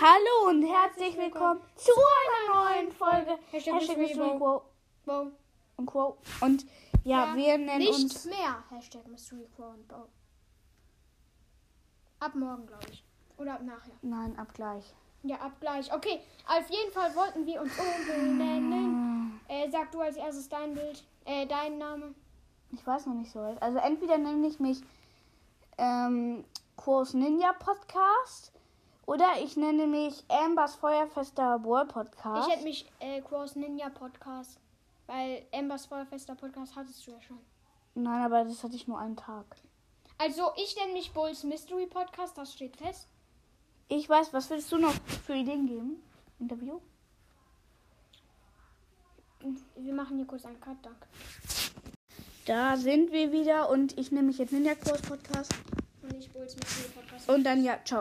Hallo und herzlich willkommen zu einer neuen Folge Hashtag Hashtag Mystery Mystery Bowl. Quo Bo. und Quo. Und ja, wir nennen nicht uns mehr. Hashtag Mystery Crow und Bo. Ab morgen, glaube ich. Oder ab nachher. Nein, abgleich. Ja, ab gleich. Okay, auf jeden Fall wollten wir uns umbenennen. Äh, sag du als erstes dein Bild. Äh, deinen Namen. Ich weiß noch nicht so recht. Also entweder nenne ich mich ähm, Quos Ninja Podcast oder ich nenne mich Ambers Feuerfester Ball Podcast. Ich hätte mich äh, Crows Ninja Podcast. Weil Embers Feuerfester Podcast hattest du ja schon. Nein, aber das hatte ich nur einen Tag. Also, ich nenne mich Bulls Mystery Podcast, das steht fest. Ich weiß, was willst du noch für Ideen geben? Interview? Wir machen hier kurz einen Cut, danke. Da sind wir wieder und ich nehme mich jetzt Ninja Quos Podcast Und ich Bulls Mystery Podcast. und dann ja, ciao.